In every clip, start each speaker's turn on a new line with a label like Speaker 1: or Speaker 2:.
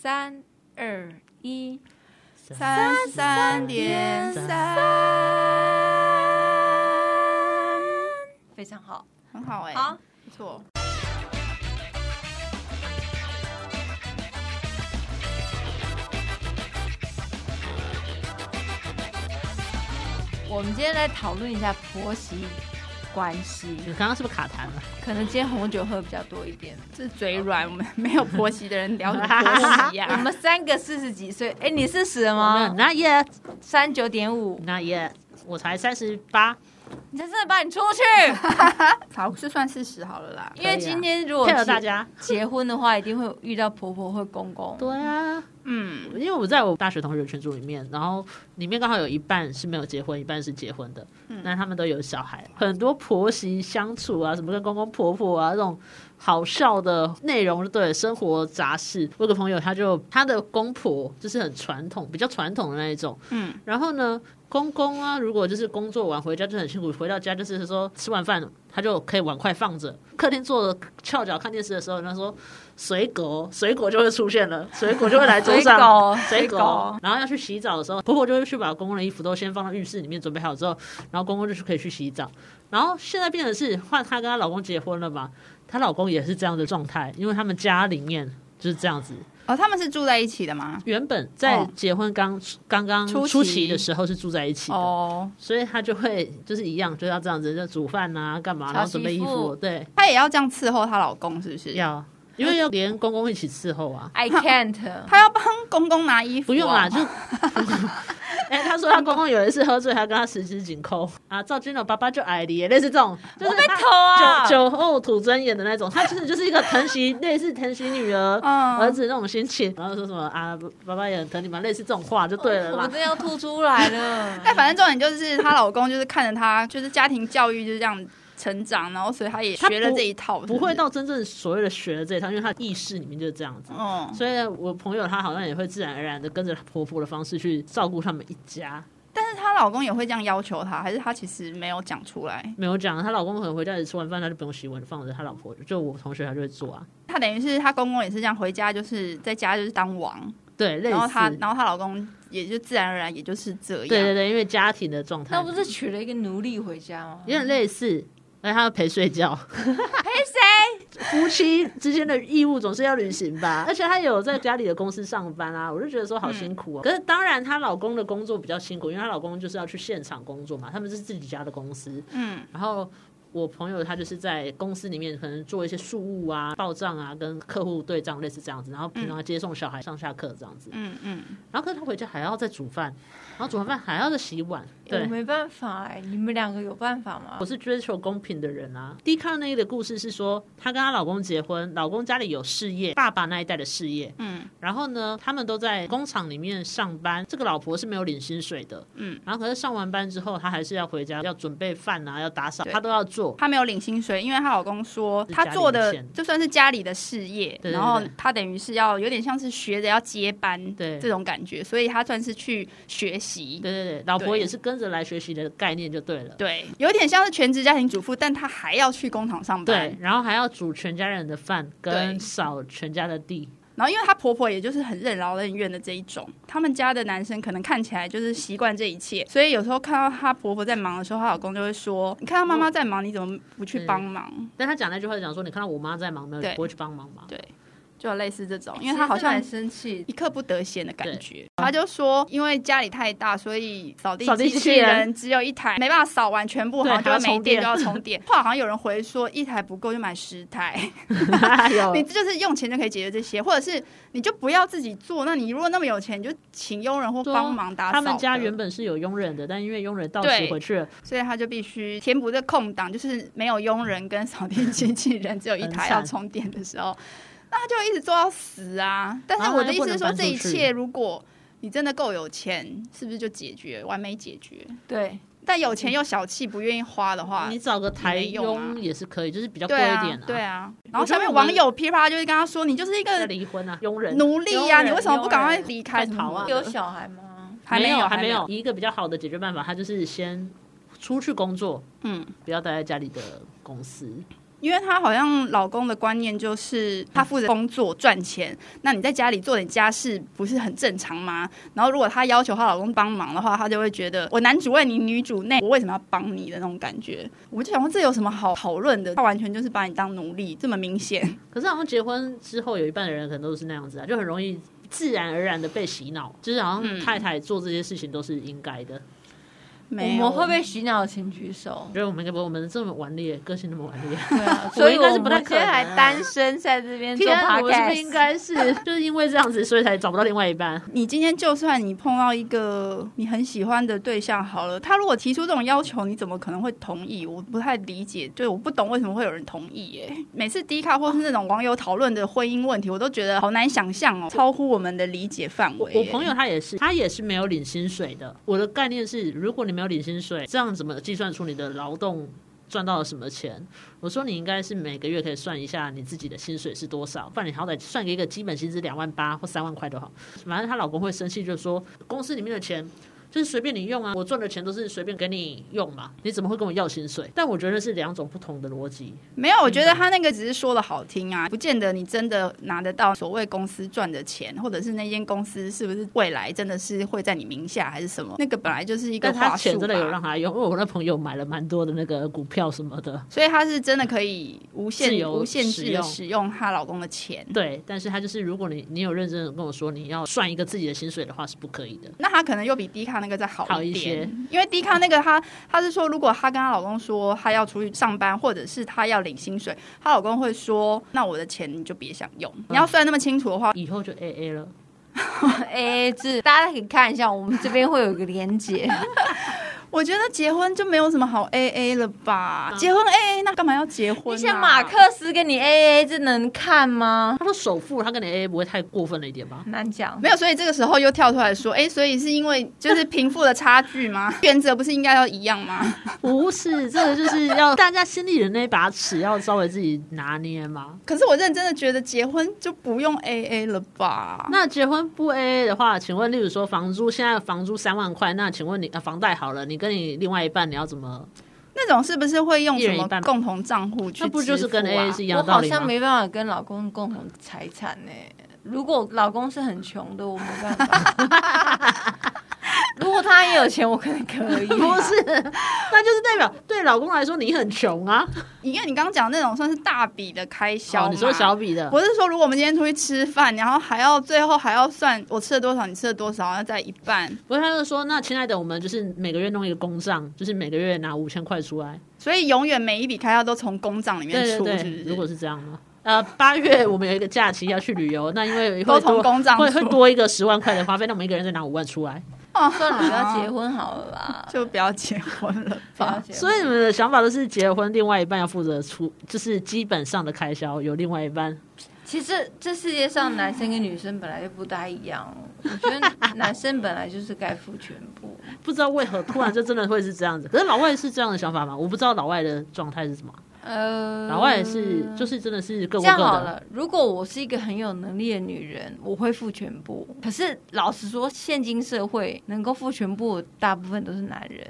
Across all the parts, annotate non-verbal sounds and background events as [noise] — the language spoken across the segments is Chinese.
Speaker 1: 三二一，
Speaker 2: 三
Speaker 1: 三
Speaker 2: 点
Speaker 1: 三，非常好。
Speaker 2: 很好哎、
Speaker 1: 好，
Speaker 2: 不错。
Speaker 1: 我们今天来讨论一下婆媳关系。
Speaker 3: 你刚刚是不是卡痰了？
Speaker 1: 可能今天红酒喝比较多一点。
Speaker 2: 这嘴软，我们没有婆媳的人聊什么婆媳呀、
Speaker 1: 我们三个四十几岁，哎，你四十了
Speaker 3: 没
Speaker 1: 吗？
Speaker 3: 有，Not yet，
Speaker 1: 三九点五，
Speaker 3: Not yet，我才三十八，
Speaker 1: 你才真的把你出去。
Speaker 2: [laughs] 好，就算事实好了啦。
Speaker 1: 因为今天如果
Speaker 3: 配合
Speaker 1: 结
Speaker 3: 大家。
Speaker 1: 结婚的话，一定会遇到婆婆或公公。
Speaker 3: 对啊，
Speaker 2: 嗯，
Speaker 3: 因为我在我大学同学群组里面，然后里面刚好有一半是没有结婚，一半是结婚的，那他们都有小孩，很多婆媳相处啊，什么跟公公婆婆啊这种好笑的内容，就对了生活杂事。我有个朋友，他就他的公婆就是很传统，比较传统的那一种，
Speaker 2: 嗯，
Speaker 3: 然后呢。公公啊，如果就是工作完回家就很辛苦，回到家就是说吃完饭他就可以碗筷放着，客厅坐着翘脚看电视的时候，他说水狗，水狗就会出现了，水狗就会来桌上，
Speaker 1: 水狗水
Speaker 3: 水
Speaker 1: 狗
Speaker 3: 狗，然后要去洗澡的时候，婆婆就会去把公公的衣服都先放到浴室里面准备好之后，然后公公就是可以去洗澡。然后现在变成是换她跟她老公结婚了嘛，她老公也是这样的状态，因为他们家里面就是这样子。
Speaker 2: 哦，他们是住在一起的吗？
Speaker 3: 原本在
Speaker 2: 哦
Speaker 3: 结婚刚、刚刚
Speaker 2: 初期
Speaker 3: 初期的时候是住在一起的，
Speaker 2: 哦，
Speaker 3: 所以她就会就是一样，就要这样子，就煮饭啊，干嘛，然后准备衣
Speaker 1: 小媳妇
Speaker 3: 服，对，
Speaker 2: 她也要这样伺候她老公，是不是？
Speaker 3: 要，因为要连公公一起伺候啊。
Speaker 2: 哎
Speaker 1: I can't，
Speaker 2: 她要帮公公拿衣服、啊
Speaker 3: 不用啦，就。 [laughs] 哎、他说他公公有一次喝醉，他跟他十指紧扣啊，赵君龙爸爸就矮你，类似这种，就是
Speaker 1: 被偷啊！
Speaker 3: 酒酒后吐真言的那种，他真的就是一个疼惜，
Speaker 2: [laughs]
Speaker 3: 类似疼惜女儿、
Speaker 2: 嗯
Speaker 3: 儿子那种心情，然后说什么啊，爸爸也很疼你们，类似这种话就对了
Speaker 1: 我
Speaker 3: 啦
Speaker 1: 真。的要吐出来了。
Speaker 2: 但反正重点就是她老公就是看着她，就是家庭教育就是这样成长，然后所以她也
Speaker 3: 她
Speaker 2: 学了
Speaker 3: 不
Speaker 2: 这一套，是
Speaker 3: 不
Speaker 2: 是
Speaker 3: 会。到真正所谓的学的这一套，因为他意识里面就是这样子。
Speaker 2: 哦，
Speaker 3: 所以我朋友他好像也会自然而然的跟着婆婆的方式去照顾他们一家。
Speaker 2: 但是她老公也会这样要求她，还是她其实没有讲出来？
Speaker 3: 没有讲，啊她老公可能回家里吃完饭，她就不用洗碗，就放着她老婆，就我同学她就会做啊。
Speaker 2: 她等于是她公公也是这样，回家就是在家就是当王，
Speaker 3: 对，类似。
Speaker 2: 然后她然后她老公也就自然而然也就是这样。
Speaker 3: 对对对，因为家庭的状态
Speaker 1: 那不是娶了一个奴隶回家吗？
Speaker 3: 有点类似，而且她要陪睡觉，陪谁？夫妻之间的义务总是要履行吧。而且她有在家里的公司上班啊，我就觉得说好辛苦哦。可是当然，她老公的工作比较辛苦，因为她老公就是要去现场工作嘛，他们是自己家的公司，
Speaker 2: 嗯，
Speaker 3: 然后我朋友他就是在公司里面可能做一些事务啊、报账啊、跟客户对账类似这样子，然后平常接送小孩上下课这样子。
Speaker 2: 嗯嗯，
Speaker 3: 然后可是他回家还要再煮饭，然后煮完饭还要再洗碗。
Speaker 1: 我
Speaker 3: 对，
Speaker 1: 没办法哎、你们两个有办法吗
Speaker 3: 我？是追求公平的人啊。第一看到那个的故事是说，她跟她老公结婚，老公家里有事业，爸爸那一代的事业，
Speaker 2: 嗯，
Speaker 3: 然后呢，他们都在工厂里面上班，这个老婆是没有领薪水的，
Speaker 2: 嗯，
Speaker 3: 然后可是上完班之后，她还是要回家，要准备饭啊，要打扫，
Speaker 2: 对
Speaker 3: 她都要做。
Speaker 2: 她没有领薪水，因为她老公说
Speaker 3: 是
Speaker 2: 她
Speaker 3: 家里
Speaker 2: 做
Speaker 3: 的
Speaker 2: 的
Speaker 3: 钱
Speaker 2: 就算是家里的事业，
Speaker 3: 对对
Speaker 2: 然后
Speaker 3: 对
Speaker 2: 她等于是要有点像是学着要接班，
Speaker 3: 对
Speaker 2: 这种感觉，所以她算是去学习，
Speaker 3: 对对对，老婆
Speaker 2: 对嗯
Speaker 3: 也是跟着来学习的概念就对了。
Speaker 2: 对，有点像是全职家庭主妇，但她还要去工厂上班
Speaker 3: 对，，然后还要煮全家人的饭，
Speaker 2: 对
Speaker 3: 跟扫全家的地。
Speaker 2: 然后因为她婆婆也就是很任劳任怨的这一种，他们家的男生可能看起来就是习惯这一切，所以有时候看到她婆婆在忙的时候，她老公就会说：“你看到妈妈在忙，你怎么不去帮忙
Speaker 3: 但他讲那句话，讲说你看到我妈在忙，没有
Speaker 2: 对
Speaker 3: 你不会去帮忙嘛？”？
Speaker 2: 就有类似这种，因为她好像
Speaker 1: 很生气。
Speaker 2: 一刻不得闲的感觉。他就说，因为家里太大，所以扫
Speaker 3: 嗯
Speaker 2: 地
Speaker 3: 扫地
Speaker 2: 机
Speaker 3: 机
Speaker 2: 器
Speaker 3: 器人
Speaker 2: 人只有一台，没办法扫完全部，好
Speaker 3: 对
Speaker 2: 像就会
Speaker 3: 还要
Speaker 2: 没
Speaker 3: 充电
Speaker 2: 电就要
Speaker 3: [laughs]
Speaker 2: 充电。后来好像有人回说，一台不够就买十台，
Speaker 3: 有哦
Speaker 2: [laughs] 你这就是用钱就可以解决这些，或者是你就不要自己做。那你如果那么有钱，你就请佣人或
Speaker 3: 说
Speaker 2: 帮忙打扫的。
Speaker 3: 啊他们家原本是有佣人的，但因为佣人到
Speaker 2: 对
Speaker 3: 时回去了，
Speaker 2: 所以他就必须填补这空档，就是没有佣人跟扫地机器人，只有一台
Speaker 3: [laughs] 很惨
Speaker 2: 要充电的时候，那他就一直做到死啊。但是
Speaker 3: 然后
Speaker 2: 我
Speaker 3: 他
Speaker 2: 的
Speaker 3: 就
Speaker 2: 意
Speaker 3: 不
Speaker 2: 思
Speaker 3: 能
Speaker 2: 是说，
Speaker 3: 搬出
Speaker 2: 这一
Speaker 3: 去
Speaker 2: 切如果你真的够有钱，是不是就解决完美解决？
Speaker 1: 对，
Speaker 2: 但有钱又小气，不愿意花的话
Speaker 3: 你，找个台
Speaker 2: 没用啊
Speaker 3: 佣也是可以，就是比较贵
Speaker 2: 对
Speaker 3: 一
Speaker 2: 啊
Speaker 3: 点，
Speaker 2: 对
Speaker 3: 啊，
Speaker 2: 啊。然后
Speaker 3: 我觉
Speaker 2: 下
Speaker 3: 得
Speaker 2: 面
Speaker 3: 我们
Speaker 2: 网友噼啪就会跟他说：“你就是一
Speaker 3: 要
Speaker 2: 个
Speaker 3: 离婚啊，佣人
Speaker 2: 奴隶呀、
Speaker 1: 佣
Speaker 2: 你
Speaker 1: 人
Speaker 2: 为什么不赶快
Speaker 1: 佣人
Speaker 2: 离开？”
Speaker 3: 快
Speaker 2: 什么
Speaker 3: 逃啊
Speaker 2: 的
Speaker 1: 有小孩吗？
Speaker 2: 还没
Speaker 3: 有
Speaker 2: 还
Speaker 3: 没
Speaker 2: 没
Speaker 3: 有，一个比较好的解决办法，他就是先出去工作，
Speaker 2: 嗯。
Speaker 3: 不要待在家里的公司。
Speaker 2: 因为她好像老公的观念就是她负责工作赚钱，那你在家里做点家事不是很正常吗？然后如果她要求她老公帮忙的话，她就会觉得我男主外你女主内，我为什么要帮你的那种感觉？我就想说这有什么好讨论的？她完全就是把你当奴隶，这么明显。
Speaker 3: 可是好像结婚之后，有一半的人可能都是那样子啊，就很容易自然而然的被洗脑，就是好
Speaker 2: 嗯
Speaker 3: 像太太做这些事情都是应该的。
Speaker 1: 我
Speaker 2: 没有
Speaker 1: 们会被洗脑，请举
Speaker 3: [laughs]
Speaker 1: 手
Speaker 3: 我。觉得我们应该不，我们这么顽劣，个性那么顽劣，
Speaker 2: [laughs]
Speaker 1: 对啊，所以
Speaker 3: 应该是
Speaker 1: 我
Speaker 3: 不太
Speaker 1: 们
Speaker 3: 可
Speaker 1: 现在
Speaker 3: 能
Speaker 1: 还
Speaker 3: 啊
Speaker 1: 单身在这边做
Speaker 3: 天啊，我是不
Speaker 1: podcast，
Speaker 3: 是应该是就是因为这样子，所以才找不到另外一半？
Speaker 2: 你今天就算你碰到一个你很喜欢的对象好了，他如果提出这种要求，你怎么可能会同意？我不太理解，对，我不懂为什么会有人同意耶。每次低卡或是那种网友讨论的婚姻问题，我都觉得好难想象哦，超乎我们的理解范
Speaker 3: 我
Speaker 2: 围耶。
Speaker 3: 我朋友他也是，他也是没有领薪水的。我的概念是，如果你没有领薪水，这样怎么计算出你的劳动赚到了什么钱？我说你应该是每个月可以算一下你自己的薪水是多少，不然你好歹算给一个基本薪资两万八或三万块都好。反正她老公会生气，就说公司里面的钱。就是随便你用啊，我赚的钱都是随便给你用嘛，你怎么会跟我要薪水？但我觉得是两种不同的逻辑。
Speaker 2: 没有，我觉得他那个只是说的好听啊，不见得你真的拿得到所谓公司赚的钱，或者是那间公司是不是未来真的是会在你名下还是什么？那个本来就是一个
Speaker 3: 但他
Speaker 2: 话术
Speaker 3: 钱真的有
Speaker 2: 吧
Speaker 3: 让他用，因为我那朋友买了蛮多的那个股票什么的，
Speaker 2: 所以她是真的可以无
Speaker 3: 自
Speaker 2: 限
Speaker 3: 由
Speaker 2: 无限制
Speaker 3: 使
Speaker 2: 的
Speaker 3: 用
Speaker 2: 使用她老公的钱。
Speaker 3: 对，但是他就是，如果你你有认真的跟我说你要算一个自己的薪水的话，是不可以的。
Speaker 2: 那她可能又比迪卡那个再好
Speaker 3: 好一
Speaker 2: 点，
Speaker 3: 些
Speaker 2: 因为迪卡那个她她是说，如果她跟她老公说她要出去上班，或者是她要领薪水，她老公会说：“那我的钱你就别想用，
Speaker 3: 嗯
Speaker 2: 你要算那么清楚的话，
Speaker 3: 以后就 A A 了，
Speaker 1: [laughs] A A 制，大家可以看一下，我们这边会有一个连接。
Speaker 2: 我觉得结婚就没有什么好 A A 了吧？
Speaker 3: 嗯
Speaker 2: 结婚 A A 那干嘛要结婚、
Speaker 1: 你
Speaker 2: 啊？
Speaker 1: 想马克思跟你 A A，这能看吗？
Speaker 3: 他说首付，他跟你 A A 不会太过分了一点吧？
Speaker 1: 很 [laughs] 难讲。
Speaker 2: 没有，所以这个时候又跳出来说：“哎、所以是因为就是贫富的差距吗？ [laughs] 原则不是应该要一样吗？”
Speaker 3: [laughs] 不是，这个就是要大家心里的那把尺要稍微自己拿捏嘛。
Speaker 2: 可是我认真的觉得结婚就不用 A A 了吧？
Speaker 3: 那结婚不 A A 的话，请问，例如说房租，现在房租三万块，那请问你、呃、房贷好了，你跟你另外一半你要怎么？
Speaker 2: 那种是不是会用
Speaker 3: 一
Speaker 2: 什
Speaker 3: 人一
Speaker 2: 么
Speaker 3: 半吧
Speaker 2: 共同账户去、啊
Speaker 3: 那不就是跟 A A 是一？
Speaker 1: 啊
Speaker 3: 样
Speaker 1: 我
Speaker 3: 的道
Speaker 1: 好
Speaker 3: 理
Speaker 1: 像
Speaker 3: 吗？
Speaker 1: 没办法跟老公共同财产呢、如果老公是很穷的，我没办法。
Speaker 3: [laughs]
Speaker 1: 如果他也有钱，我可能可以。啊
Speaker 3: 不是，那就是代表对老公来说你很穷啊。
Speaker 2: 因为你刚刚讲那种算是大笔的开销、
Speaker 3: 哦，
Speaker 2: 嘛。
Speaker 3: 你说小笔的，
Speaker 2: 我是说，如果我们今天出去吃饭，然后还要最后还要算我吃了多少，你吃了多少，要再一半。
Speaker 3: 不是，他就说，那亲爱的，我们就是每个月弄一个公账，就是每个月拿五千块出来。
Speaker 2: 所以永远每一笔开销都从公账里面
Speaker 3: 对
Speaker 2: 出，
Speaker 3: 对
Speaker 2: 是
Speaker 3: 对，
Speaker 2: 不是？
Speaker 3: 如果是这样呢？呃，八月我们有一个假期要去旅游，那因为
Speaker 2: 都
Speaker 3: 会
Speaker 2: 从
Speaker 3: 多
Speaker 2: 公账
Speaker 3: 会会
Speaker 2: 出
Speaker 3: 多一个十万块的花费，那我们一个人再拿五万出来。
Speaker 1: 算了，不要结婚好了吧。
Speaker 2: 就不要结婚了
Speaker 1: 不要
Speaker 2: 吧？
Speaker 1: 结婚
Speaker 3: 啊所以你们的想法都是结婚，另外一半要负责出，就是基本上的开销由另外一半。
Speaker 1: 其实这世界上男生跟女生本来就不大一样，我觉得男生本来就是该付全部。
Speaker 3: 不知道为何突然就真的会是这样子。可是老外是这样的想法吗？我不知道老外的状态是什么。
Speaker 1: 呃，
Speaker 3: 老外也是就是真的是各
Speaker 1: 这
Speaker 3: 过
Speaker 1: 样
Speaker 3: 各
Speaker 1: 好
Speaker 3: 的。
Speaker 1: 了，如果我是一个很有能力的女人，我会付全部。可是老实说，现今社会能够付全部，大部分都是男人。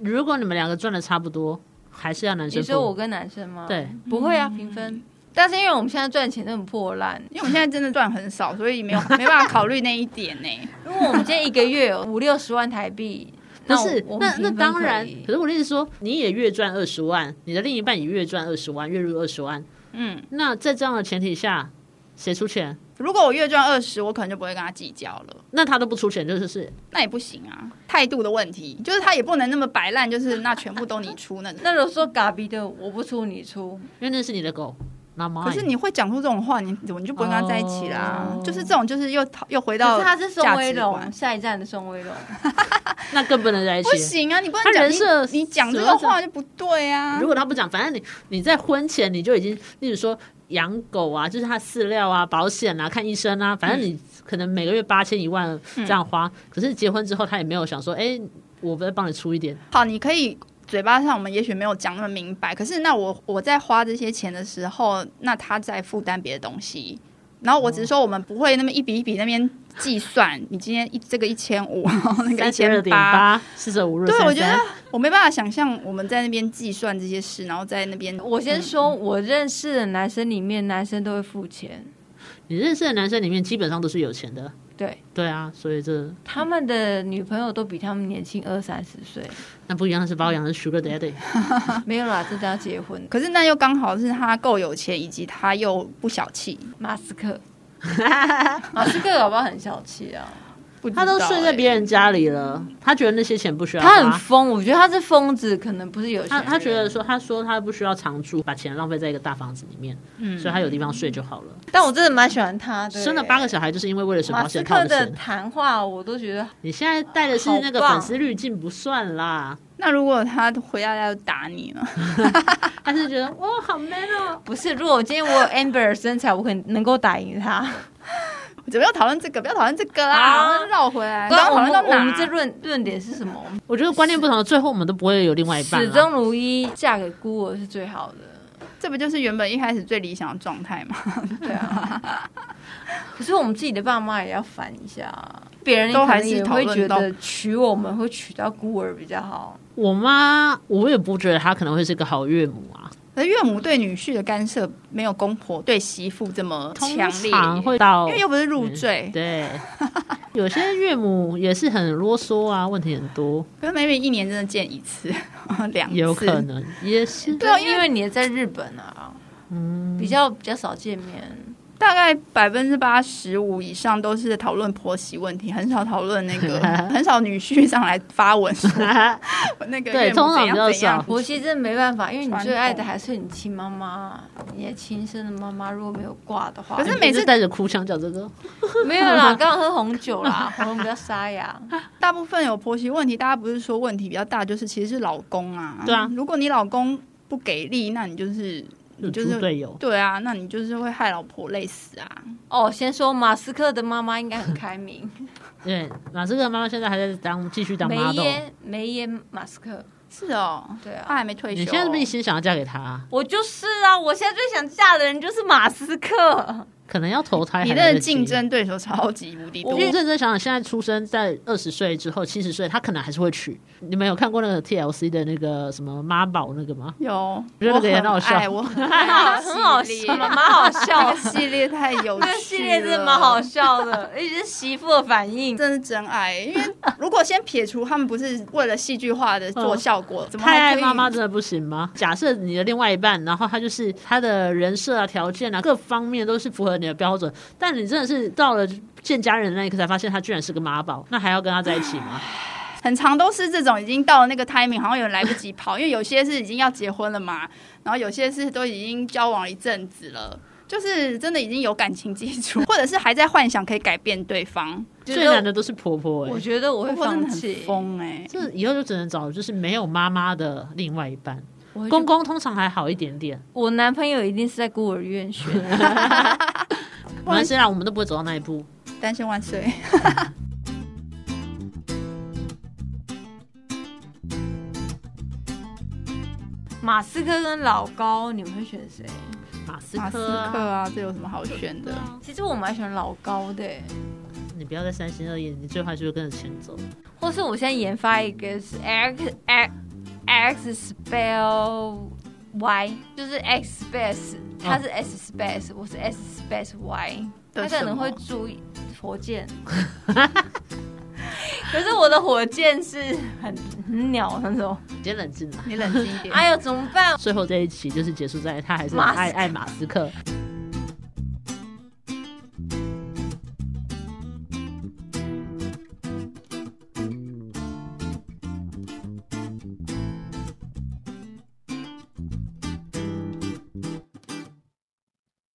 Speaker 3: 如果你们两个赚的差不多，还是要男生
Speaker 1: 你
Speaker 3: 付。
Speaker 1: 说我跟男生吗？，
Speaker 3: 对，嗯
Speaker 1: 不会啊，平分。但是因为我们现在赚钱都很破烂，
Speaker 2: 因为我们现在真的赚很少，所以没有没办法考虑那一点呢、
Speaker 1: 如果我们今天一个月
Speaker 3: [laughs]
Speaker 1: 有五六十万台币，
Speaker 3: 不
Speaker 1: 那我
Speaker 3: 是，
Speaker 2: 哦
Speaker 1: 我们
Speaker 3: 那那
Speaker 1: 平分
Speaker 3: 当
Speaker 1: 可
Speaker 3: 然
Speaker 1: 以。
Speaker 3: 可是我的意思说，你也月赚二十万，你的另一半也月赚二十万，月入二十万。
Speaker 2: 嗯，
Speaker 3: 那在这样的前提下，谁出钱？
Speaker 2: 如果我月赚二十，我可能就不会跟他计较了。
Speaker 3: 那他都不出钱，就是是
Speaker 2: 那也不行啊，态度的问题，就是他也不能那么摆烂，就是那全部都你
Speaker 3: [laughs]
Speaker 2: 出那种。
Speaker 1: 那如果说嘎逼的，我不出你出，
Speaker 3: 因为那是你的狗，那么
Speaker 2: 可是你会讲出这种话，你我你就不会跟他在一起啦。
Speaker 3: 哦
Speaker 2: 就是这种，就是又讨又回
Speaker 1: 可
Speaker 2: 到
Speaker 1: 是他是宋
Speaker 2: 价
Speaker 1: 威
Speaker 2: 值观
Speaker 1: 龙，。下一站的宋威龙，
Speaker 3: 那更不能在一
Speaker 2: 不
Speaker 3: 起。
Speaker 2: 行啊，你不
Speaker 3: 他
Speaker 2: 能讲
Speaker 3: 人设
Speaker 2: 你你讲这个话就不对啊
Speaker 3: 如。果他不讲，反正你你在婚前你就已经，例如说养狗啊，就是它饲料啊、保险啊、看医生啊，反正
Speaker 2: 嗯
Speaker 3: 你可能每个月八千一万这样花。可是结婚之后，他也没有想说，哎、我再帮你出一点。
Speaker 2: 好，你可以嘴巴上我们也许没有讲那么明白，可是那我我在花这些钱的时候，那他在负担别的东西。然后我
Speaker 3: 哦
Speaker 2: 只是说我们不会那么一笔一笔那边计算，你今天一这个一千五，然后那个一
Speaker 3: 三十哎二
Speaker 2: 千
Speaker 3: 点八，四舍五入，
Speaker 2: 对，我觉
Speaker 3: 33
Speaker 2: 得我没办法想象我们在那边计算这些事，然后在那边嗯
Speaker 1: 我先说，
Speaker 3: 嗯
Speaker 1: 我认识的男生里面，男生都会付钱，
Speaker 3: 你认识的男生里面基本上都是有钱的，
Speaker 1: 对
Speaker 3: 对啊，所以这
Speaker 1: 他们的女朋友都比他们年轻二三十岁，
Speaker 3: 那不一样是包养是 Sugar [laughs] Daddy，
Speaker 1: 没有啦，真的要结婚。
Speaker 2: 可是那又刚好是他够有钱，以及他又不小气，
Speaker 1: 马斯 [laughs] 克，马斯克搞不好很小气啊，
Speaker 2: 不知道
Speaker 3: 他都睡在
Speaker 2: 欸
Speaker 3: 别人家里了，他觉得那些钱不需要花
Speaker 1: 他很疯，我觉得他是疯子，可能不是有钱
Speaker 3: 他
Speaker 1: 人
Speaker 3: 他觉得，说，他说他不需要常住，把钱浪费在一个大房子里面，嗯，所以他有地方睡就好了。
Speaker 1: 但我真的蛮喜欢他的、
Speaker 3: 生了八个。小孩就是因为为了省
Speaker 1: 马
Speaker 3: 保
Speaker 1: 斯
Speaker 3: 险套
Speaker 1: 克的
Speaker 3: 钱。
Speaker 1: 谈话，我都觉得
Speaker 3: 你现在带的是那个粉丝滤镜不算啦，
Speaker 2: 那如果他回到家就打你 [laughs] 了，
Speaker 3: 他是觉得哇好 man 哦，
Speaker 1: 不是。如果今天我有 Amber 的身材，我可能能够打赢他。
Speaker 2: 怎么要讨论这个？不要讨论这个
Speaker 1: 啊
Speaker 2: 啦，我们绕回来。
Speaker 1: 刚刚
Speaker 2: 刚
Speaker 1: 我
Speaker 2: 讨
Speaker 1: 们
Speaker 2: 论到哪？
Speaker 1: 我们这论论点是什么？
Speaker 3: 我觉得观念不同，最后我们都不会有另外一半
Speaker 1: 始
Speaker 3: 啦。
Speaker 1: 终如一，嫁给孤儿是最好的。
Speaker 2: 这不就是原本一开始最理想的状态吗？ [laughs]
Speaker 1: 对啊，可是我们自己的爸妈也要烦一下，别人
Speaker 2: 都还是
Speaker 1: 可能也
Speaker 2: 讨
Speaker 1: 会
Speaker 2: 论
Speaker 1: 觉
Speaker 2: 到
Speaker 1: 得娶我们会娶到孤儿比较好。
Speaker 3: 我妈，我也不觉得她可能会是个好岳母啊，
Speaker 2: 可是岳母对女婿的干涉没有公婆对媳妇这么
Speaker 3: 通
Speaker 2: 强烈，
Speaker 3: 常会到
Speaker 2: 因为又不是入
Speaker 1: 嗯
Speaker 2: 赘。
Speaker 3: 对，有些岳母也是很啰嗦啊，问题很多，
Speaker 2: 可是 maybe 一年真的见一次， [laughs] 两次
Speaker 3: 也有可。能也是
Speaker 1: 对啊，因为你也在日本啊，嗯，比较比较少见面。
Speaker 2: 大概百分之八十五以上都是讨论婆媳问题，很少讨论
Speaker 3: [laughs]
Speaker 2: 那个，很少女婿上来发文说那个
Speaker 3: 对
Speaker 2: 岳母
Speaker 3: 通常
Speaker 2: 怎
Speaker 3: 比较
Speaker 2: 样怎样
Speaker 3: 少。
Speaker 1: 婆媳真的没办法，因为你
Speaker 2: 传
Speaker 1: 最爱的
Speaker 2: 统
Speaker 1: 还是你亲妈妈，你的亲生的妈妈如果没有挂的话，
Speaker 2: 可是
Speaker 3: 每
Speaker 2: 每
Speaker 3: 次
Speaker 2: 次
Speaker 3: 带着哭腔讲这个，
Speaker 1: 没有啦，刚刚喝红酒啦，喉咙比较沙 [laughs] 哑。
Speaker 2: 大部分有婆媳问题，大家不是说问题比较大，就是其实是老公啊。
Speaker 3: 对啊
Speaker 2: 如果你老公不给力，那你就是
Speaker 3: 有
Speaker 2: 你就
Speaker 3: 猪
Speaker 2: 是
Speaker 3: 队友。
Speaker 2: 对啊，那你就是会害老婆累死啊。
Speaker 1: 哦，先说马斯克的妈妈应该很开明，
Speaker 3: 对，马斯克的妈妈现在还在当继续当
Speaker 1: 梅
Speaker 3: model。
Speaker 1: 耶梅耶马斯克，
Speaker 2: 是哦，
Speaker 1: 对
Speaker 2: 他
Speaker 1: 啊，
Speaker 2: 还没退休、
Speaker 3: 你现在是不是一心想要嫁给他啊？
Speaker 1: 我就是啊，我现在最想嫁的人就是马斯克。
Speaker 3: 可能要投胎还
Speaker 2: 你
Speaker 3: 来得
Speaker 2: 的
Speaker 3: 及
Speaker 2: 竞。争对手超级无敌
Speaker 3: 我
Speaker 2: 多。
Speaker 3: 认真想想，现在出生在二十岁之后，七十岁他可能还是会娶。你们有看过那个 TLC 的那个什么妈宝那个吗？
Speaker 2: 有，
Speaker 3: 觉得那
Speaker 2: 哦我
Speaker 3: 个也很好笑
Speaker 2: 爱，
Speaker 1: [laughs]
Speaker 2: 我很爱
Speaker 1: 很好
Speaker 2: 系
Speaker 1: 笑，
Speaker 2: 列
Speaker 1: 蛮好
Speaker 2: 那
Speaker 1: 笑
Speaker 2: 个。系列太有趣
Speaker 1: 那
Speaker 2: 了，
Speaker 1: 个系列真的蛮好笑的，而且是媳妇的反应。
Speaker 2: 真是真爱，因为如果先撇除他们不是为了戏剧化的做
Speaker 3: [laughs]
Speaker 2: 效果，怎么
Speaker 3: 太
Speaker 2: 还
Speaker 3: 爱
Speaker 2: 可以？
Speaker 3: 哎妈妈真的不行吗？假设你的另外一半，然后他就是他的人设啊、条件啊，各方面都是符合你的标准，但你真的是到了见家人那一刻才发现他居然是个妈宝，那还要跟他在一起吗？
Speaker 1: 哎
Speaker 2: 很长都是这种已经到了那个 [coughs] timing，好像有人来不及跑，因为有些是已经要结婚了嘛，然后有些是都已经交往了一阵子了。就是真的已经有感情基
Speaker 3: [laughs]
Speaker 2: 础，或者是还在幻想可以改变对方，
Speaker 1: 觉
Speaker 3: 最
Speaker 1: 得
Speaker 3: 难的都是婆婆哎、
Speaker 1: 我觉得我会
Speaker 2: 婆婆真
Speaker 1: 放
Speaker 2: 的很
Speaker 1: 弃，
Speaker 2: 疯哎、
Speaker 3: 这以后就只能找就是没有妈妈的另外一半，
Speaker 1: 我会去
Speaker 3: 公公通常还好一点点。
Speaker 1: 我男朋友一定是在孤儿院学的。 [laughs]
Speaker 3: 没关系啦，我们都不会走到那一步。
Speaker 2: 单身万岁！
Speaker 1: 马斯克跟老高，你们会选谁？
Speaker 3: 马斯
Speaker 2: 马斯
Speaker 3: 克、
Speaker 2: 克
Speaker 3: 啊，
Speaker 2: 啊，这有什么好选的？
Speaker 1: 其实我蛮喜欢老高的欸，
Speaker 3: 你不要再三心二意，你最坏就是跟着钱走。
Speaker 1: 或是我现在研发一个是 X X X spell Y，就是 X space，他是 S space，我是 S space Y，他
Speaker 2: 哦的
Speaker 1: 可
Speaker 2: 什
Speaker 1: 能
Speaker 2: 么
Speaker 1: 会注意火箭。 [laughs] 可是我的火箭是很很鸟那种，
Speaker 3: 你先冷静啦。
Speaker 1: 啊
Speaker 2: 你冷静一点。
Speaker 1: 哎呦怎么办？
Speaker 3: 最后这一期就是结束在他还是很
Speaker 1: 马斯
Speaker 3: 爱爱马斯克。